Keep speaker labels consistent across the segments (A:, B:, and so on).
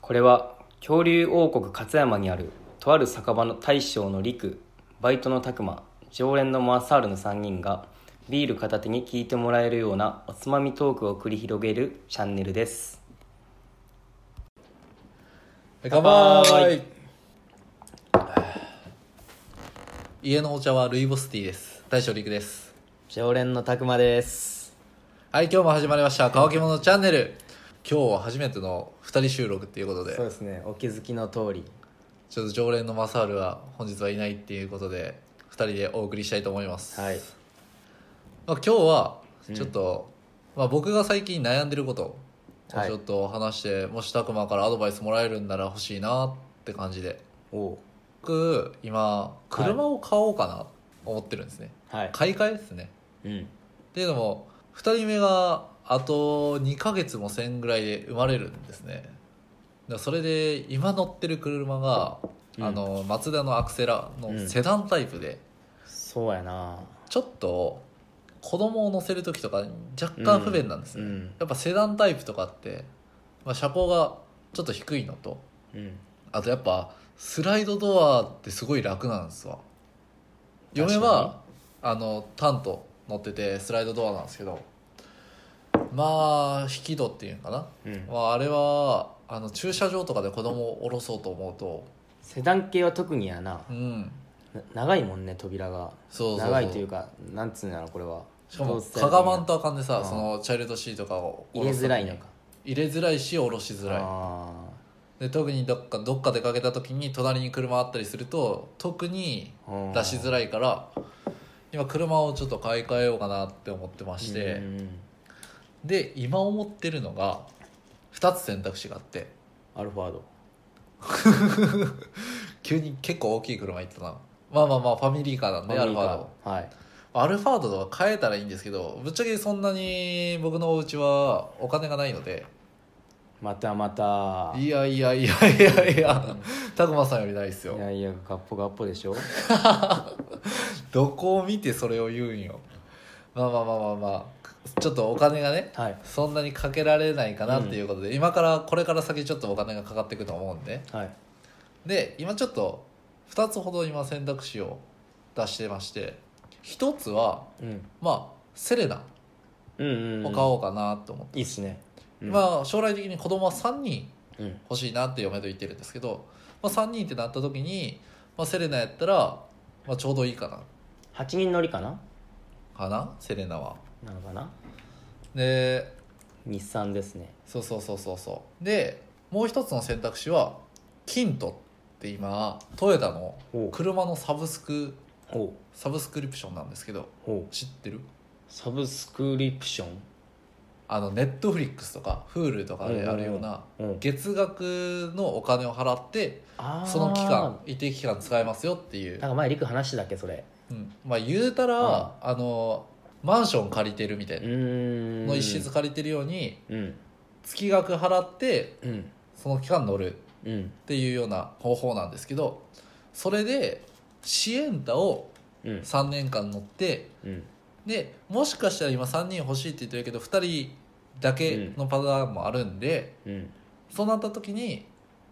A: これは恐竜王国勝山にあるとある酒場の大将の陸バイトの拓磨常連のマーサールの3人がビール片手に聞いてもらえるようなおつまみトークを繰り広げるチャンネルです
B: 乾杯家のお茶はルイボスティーです大将陸です
A: 常連の拓磨です
B: はい今日も始まりました乾き物チャンネル今日は初めての2人収録っていうことで
A: そうですねお気づきの通り
B: ちょっと常連のマサールは本日はいないっていうことで2人でお送りしたいと思います、
A: はい
B: まあ、今日はちょっと、まあ、僕が最近悩んでることを
A: はい
B: ちょっと話して、もし拓磨からアドバイスもらえるんなら欲しいなって感じで
A: おう
B: 僕今車を買おうかなと思ってるんですね、
A: はい
B: 買い替えですね
A: うん
B: っていうのも2人目があと2ヶ月もせんぐらいで生まれるんですねだからそれで今乗ってる車が、
A: うん
B: あのマツダのアクセラ
A: うん
B: のセダンタイプで、
A: そうやな
B: ちょっと子供を乗せる時とか若干不便なんです
A: う
B: ね、
A: ん
B: やっぱセダンタイプとかって、まあ、車高がちょっと低いのと
A: うん
B: あとやっぱスライドドアってすごい楽なんですわ
A: 確かに
B: 嫁はあのタンと乗っててスライドドアなんですけどまあ引き戸っていうのかな、
A: うん
B: まあ、あれはあの駐車場とかで子供を降ろそうと思うと
A: セダン系は特にやな
B: うん
A: な長いもんね扉が
B: そうそうそう
A: 長いというかなんつうんだろうこれは
B: しかも
A: 動物性
B: かがまんとあかんでさ、
A: うん
B: そのチャイルドシーとかを
A: 入れづらいのか
B: 入れづらいし降ろしづらい
A: あ
B: で特にどっかどっか出かけた時に隣に車あったりすると特に
A: ー
B: 出しづらいから今車をちょっと買い替えようかなって思ってまして、
A: うんうんうん
B: で今思ってるのが2つ選択肢があって
A: アルファード
B: 急に結構大きい車行ったなまあまあまあファミリーカーなんでアルファード
A: はい
B: アルファードとか変えたらいいんですけどぶっちゃけそんなに僕のお家はお金がないので
A: またまた
B: いやいやいやいやいや拓磨さんよりないですよ
A: いやいやガッポガッポで しょ
B: どこを見てそれを言うんよまあまあまあまあまあちょっとお金がね
A: はい
B: そんなにかけられないかなっていうことで、今からこれから先ちょっとお金がかかっていくと思うんで
A: はい
B: で今ちょっと2つほど今選択肢を出してまして1つは
A: うん
B: まあセレナ
A: うんうんう
B: を
A: ん
B: 買おうかなと思って、
A: いいっすねうん
B: まあ将来的に子供は3人
A: うん
B: 欲しいなって嫁と言ってるんですけど、まあ、3人ってなった時に、まあ、セレナやったら、まあ、ちょうどいいかな
A: 8人乗りかな
B: かなセレナは
A: なのかな
B: で
A: 日産ですね
B: そうそうそうそうそうでもう一つの選択肢はキントって今トヨタの
A: ほう
B: 車のサブスク
A: ほう
B: サブスクリプションなんですけど
A: ほう
B: 知ってる
A: サブスクリプション
B: あのネットフリックスとか Hulu とかであるような
A: うん
B: 月額のお金を払って
A: あー
B: その期間一定期間使えますよっていう
A: なん、か前陸話してたっけそれ
B: うん、まあ言うたら、
A: うん
B: あのマンション借りてるみたいうな
A: ーん
B: の一室借りてるように
A: うん
B: 月額払って
A: うん
B: その期間乗る
A: うん
B: っていうような方法なんですけどそれでシエンタを
A: うん
B: 3年間乗って
A: うん
B: でもしかしたら今3人欲しいって言ってるけど2人だけのパターンもあるんで、
A: うん
B: そうなった時に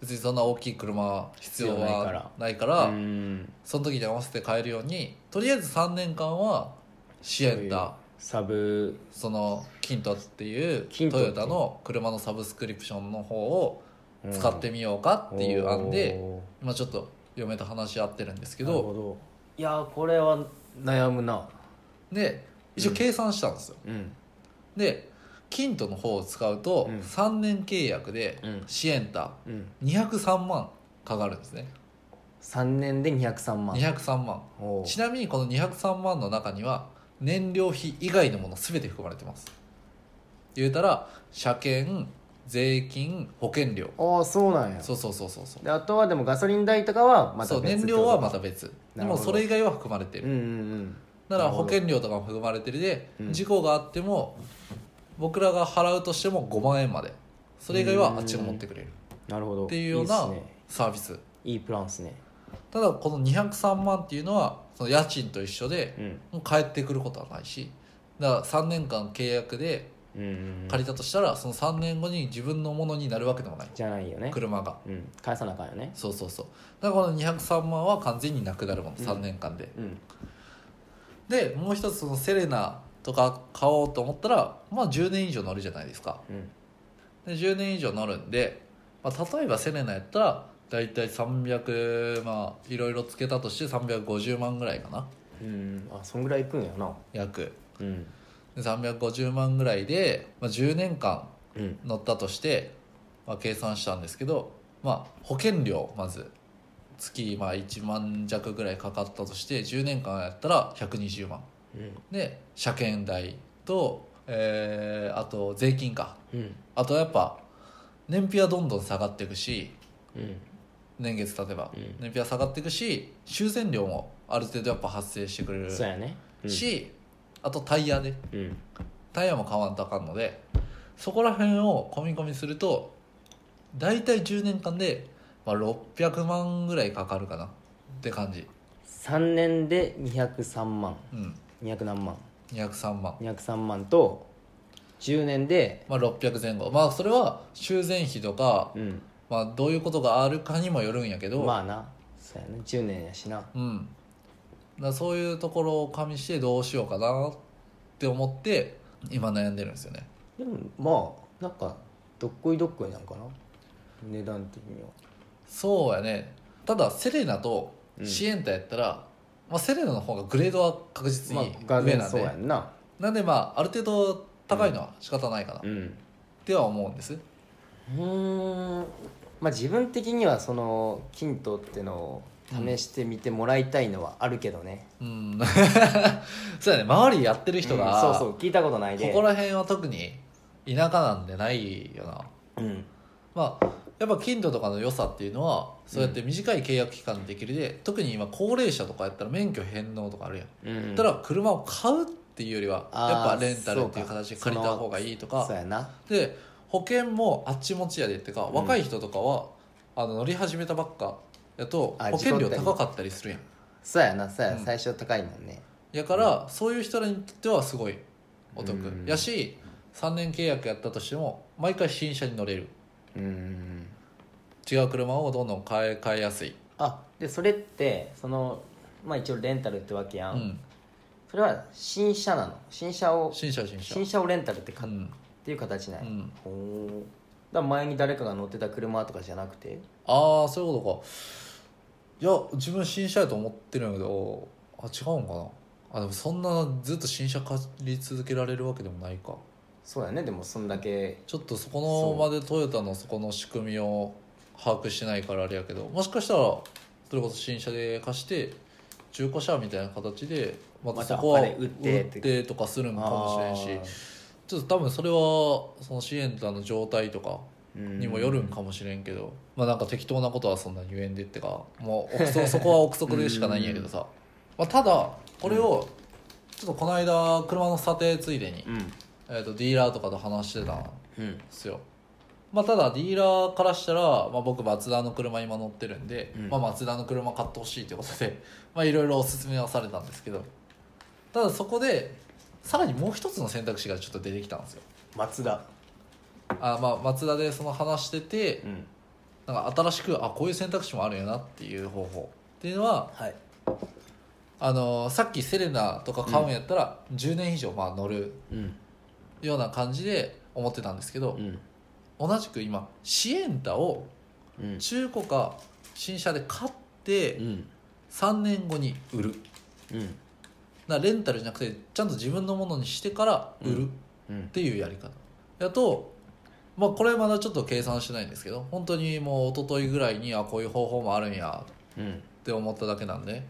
B: 別にそんな大きい車は必要
A: 必要ないから
B: はないから
A: うん
B: その時に合わせて買えるようにとりあえず3年間はシエンタ
A: サブ
B: そのキントっていう
A: キント
B: ト
A: ってい
B: ヨ
A: う
B: タの車のサブスクリプションの方を使ってみようかっていう案で。今ちょっと嫁と話し合ってるんです
A: け
B: けど
A: いやーこれは悩むな
B: で一応計算したんですよ、
A: うん
B: でキントの方を使うと
A: うん
B: 3年契約で
A: うん
B: シエンタ
A: うん
B: 203万かかるんですね
A: 3年で203万
B: 203万
A: おー
B: ちなみにこの203万の中には燃料費以外のもの全て含まれてます言うたら車検税金保険料
A: ああそうなんや
B: そうそうそうそうそう,、
A: であとはでもガソリン代とかはまた
B: そう
A: 別
B: 燃料はま
A: った
B: 別で
A: なるほ
B: も
A: ど
B: それ以外は含まれてる
A: うんうんな
B: だから
A: るほ
B: 保
A: ど
B: 険料とかも含まれてるで、
A: うん
B: 事故があっても僕らが払うとしても5万円までそれ以外
A: う
B: は
A: ん
B: あっちが持ってくれる
A: なるほど
B: っていうよう
A: いいっ
B: な
A: すね
B: サービス
A: いいプランっすね
B: ただこの203万っていうのはその家賃と一緒で
A: うん
B: もう返ってくることはないしだから3年間契約で
A: うんうん
B: 借りたとしたらその3年後に自分のものになるわけでもない
A: じゃないよね
B: 車が
A: うん返さなあかんよね
B: そうそうそうだからこの203万は完全になくなるもん
A: うん
B: 3年間で、
A: うん
B: でもう一つそのセレナとか買おうと思ったらまあ10年以上乗るじゃないですか
A: うん
B: で10年以上乗るんで、まあ、例えばセレナやったら大体300まあいろいろつけたとして350万ぐらいかな
A: うんあそんぐらいいくんやな
B: 約
A: うん
B: で350万ぐらいで、まあ、10年間
A: うん
B: 乗ったとして、まあ、計算したんですけど、まあ、保険料まず月まあ1万弱ぐらいかかったとして10年間やったら120万
A: うん
B: で車検代と、えーあと税金か
A: うん
B: あとやっぱ燃費はどんどん下がっていくし
A: うん
B: 年月経てば、
A: うん
B: 燃費は下がっていくし修繕料もある程度やっぱ発生してくれる
A: そうやねうん
B: し、あとタイヤね
A: うん
B: タイヤも買わんとあかんのでそこら辺を込み込みすると大体10年間で、まあ、600万ぐらいかかるかなって感じ
A: 3年で203万
B: うん
A: 200何万
B: 203万
A: 203万と10年で
B: まあ600前後まあそれは修繕費とか、
A: うん
B: まあ、どういうことがあるかにもよるんやけど、
A: まあなそうやね10年やしな
B: うんだからそういうところを加味してどうしようかなって思って今悩んでるんですよね
A: でもまあなんかどっこいどっこいなんかな値段的には
B: そうやねただセレナとシエンタやったら、まあ、セレナの方がグレードは確実に
A: まあ
B: 上
A: が
B: なん
A: そう
B: で、
A: やんな
B: なんでまあある程度高いのは仕方ないかなっ
A: うん
B: ては思うんです、
A: うーんまあ自分的にはその金とってのを試してみてもらいたいのはあるけどね、
B: うん そうやね周りやってる人が、
A: うんそうそう聞いたことないで
B: ここら辺は特に田舎なんでないよな
A: うん
B: まあやっぱ金土とかの良さっていうのはそうやって短い契約期間でできるで、特に今高齢者とかやったら免許返納とかあるやん、
A: うん
B: ただ車を買うっていうよりは
A: あー
B: やっぱレンタルっていう
A: そうか
B: 形で借りた方がいいとか
A: そうやな
B: で保険もあっち持ちやでってか
A: ん
B: 若い人とかは、あの乗り始めたばっかやと
A: あ
B: 保険料
A: 事故ったり
B: 高かったりするやん
A: そうやなそうや、
B: うん
A: 最初高いもんね
B: やから、そういう人らにとってはすごいお得、
A: うん
B: やし3年契約やったとしても毎回新車に乗れる
A: うん
B: 違う車をどんどん買い買いやすい、
A: あでそれってそのまあ一応レンタルってわけや、
B: うんん、
A: それは新車なの新車を
B: 新車新車
A: 新車をレンタルって
B: う
A: 買っ
B: ん、
A: ていう形な
B: うん
A: や、
B: ん、
A: ほうだから前に誰かが乗ってた車とかじゃなくて
B: ああそういうことかいや自分新車やと思ってるんやけどあ違うんかなあでもそんなずっと新車借り続けられるわけでもないか
A: そうやねでもそんだけ
B: ちょっとそこのまでトヨタのそこの仕組みを把握してないからあれやけどもしかしたらそれこそ新車で貸して中古車みたいな形でまた
A: ま
B: そ
A: た
B: こは
A: お金売って
B: 売ってとかするんかもしれんし
A: し
B: ちょっと多分それはそのシエンタの状態とかに
A: に
B: もよるんかもしれんけど、まあなんか適当なことはそんなに言えんでってかもう憶測そこは憶測でしかないんやけどさ、まあ、ただこれをちょっとこの間車の査定ついでに、
A: うん
B: えー、とディーラーとかと話してたんで
A: うん
B: すよまあただディーラーからしたら、まあ、僕マツダの車今乗ってるんで、
A: うん
B: まあ、マツダの車買ってほしいということで まあいろいろおすすめはされたんですけどただそこでさらにもう一つの選択肢がちょっと出てきたんですよ
A: 松田
B: あまあマツダでその話してて、
A: うん
B: なんか新しくあこういう選択肢もあるよなっていう方法っていうのは
A: はい
B: あのさっきセレナとか買うんやったら10年以上まあ乗る
A: うん
B: ような感じで思ってたんですけど、
A: うん
B: 同じく今シエンタを
A: うん
B: 中古か新車で買って
A: うん
B: 3年後に売る
A: うん
B: だからレンタルじゃなくてちゃんと自分のものにしてから売るっ
A: うん
B: ていうやり方やと、まあ、これまだちょっと計算してないんですけど本当にもう一昨日ぐらいにあこういう方法もあるんや
A: うん
B: って思っただけなんで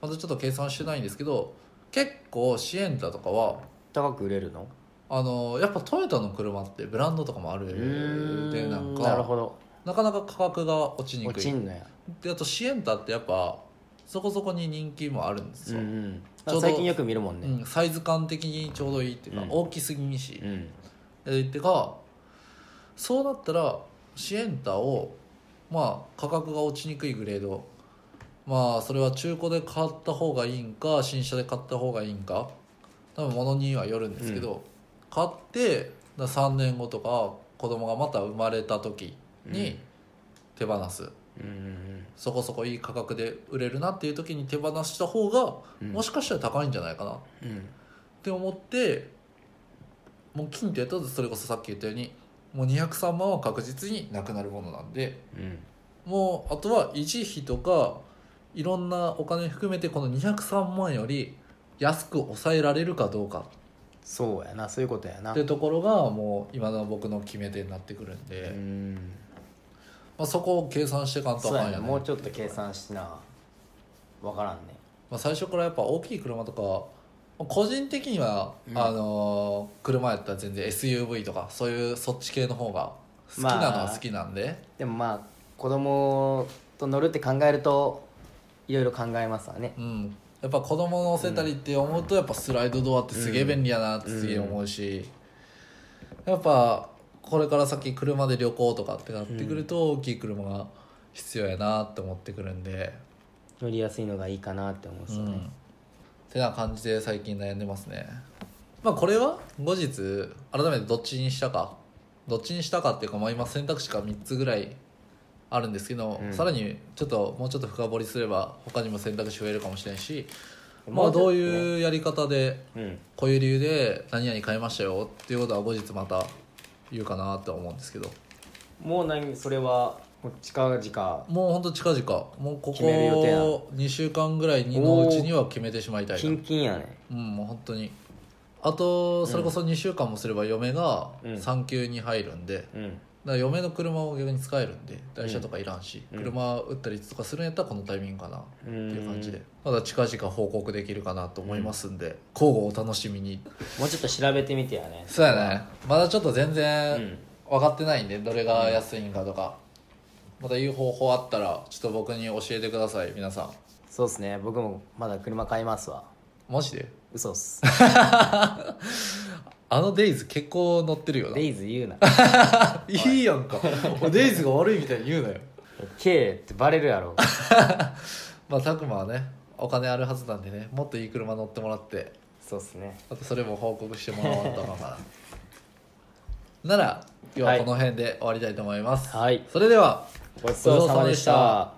B: まだちょっと計算してないんですけど結構シエンタとかは
A: 高く売れるの
B: あのやっぱトヨタの車ってブランドとかもあるでなんか
A: なるほど
B: なかなか価格が落ちにく
A: 落ち
B: い
A: んのや
B: であとシエンタってやっぱそこそこに人気もあるんです
A: うん
B: よ、
A: う
B: うん
A: ん
B: ちょうど
A: 最近よく見るもんね
B: サイズ感的にちょうどいいっていうか、
A: うん
B: 大きすぎんし
A: う、ん
B: えーってかそうなったらシエンタをまあ価格が落ちにくいグレードまあそれは中古で買った方がいいんか新車で買った方がいいんか多分物にはよるんですけど、買ってだから3年後とか子供がまた生まれた時に手放す、
A: うんうん
B: そこそこいい価格で売れるなっていう時に手放した方が
A: うん
B: もしかしたら高いんじゃないかなっ
A: うん
B: て思ってもう金ってやったらそれこそさっき言ったようにもう203万は確実になくなるものなんで
A: うん
B: もうあとは維持費とかいろんなお金含めてこの203万より安く抑えられるかどうか
A: そうやなそういうことやな
B: ってところがもう今の僕の決め手になってくるんで、
A: うん
B: まあ、そこを計算してかんと
A: そう
B: あか
A: や
B: ん
A: ね
B: よね
A: もうちょっと計算しな分からんね
B: まあ、最初からやっぱ大きい車とかまあ個人的には、
A: うん
B: あのー車やったら全然 SUV とかそういうそっち系の方が好きなのは好きなんで、
A: でもまあ子供と乗るって考えるといろいろ考えますわね
B: うん、やっぱ子供乗せたりって思うとやっぱスライドドアってすげえ便利やなってすげえ思うし、やっぱこれから先車で旅行とかってなってくると大きい車が必要やなって思ってくるんで、
A: 乗りやすいのがいいかなって思うんで
B: う
A: すよ
B: ん、っ
A: ね、
B: てな感じで最近悩んでますねまあこれは後日改めてどっちにしたかどっちにしたかっていうか、まあ、今選択肢が3つぐらいあるんですけど、
A: うん
B: さらにちょっともうちょっと深掘りすれば他にも選択肢増えるかもしれないしま
A: も
B: あ
A: うちょっと
B: どう
A: ね
B: いうやり方で
A: うん
B: こういう理由で何々買いましたよっていうことは後日また言うかなとは思うんですけど
A: もう何それはもう近々
B: もうほんと近々もうこ
A: 決める予定なの
B: こ2週間ぐらいのうちには決めてしまいたいな
A: キンキンやね
B: うんもう本当にあとそれこそ2週間もすれば嫁が
A: うん
B: 産休に入るんで、だか
A: うん
B: ら嫁の車を逆に使えるんで台車とかいらんし、
A: うん
B: 車売ったりとかするんやったらこのタイミングかな
A: って
B: っていう感じでまだ近々報告できるかなと思いますんで、交互お楽しみに
A: もうちょっと調べてみてやね
B: そうやねまだちょっと全
A: う
B: 然
A: ん
B: 分かってないんでどれが安いんかとか、またいう方法あったらちょっと僕に教えてください皆さ
A: そうっすね僕もまだ車買いますわ
B: んマジで
A: 嘘っす
B: あのデイズ結構乗ってるよな
A: デイズ言うない
B: いやんか俺デイズが悪いみたいに言うなよ
A: K ってバレるやろ
B: まあ拓磨はねお金あるはずなんでねもっといい車乗ってもらって
A: そうっすね
B: あとそれも報告してもらおうと思うから なら今日はこの辺で終わりたいと思います、
A: はい
B: それでは
A: ごちそうさまでした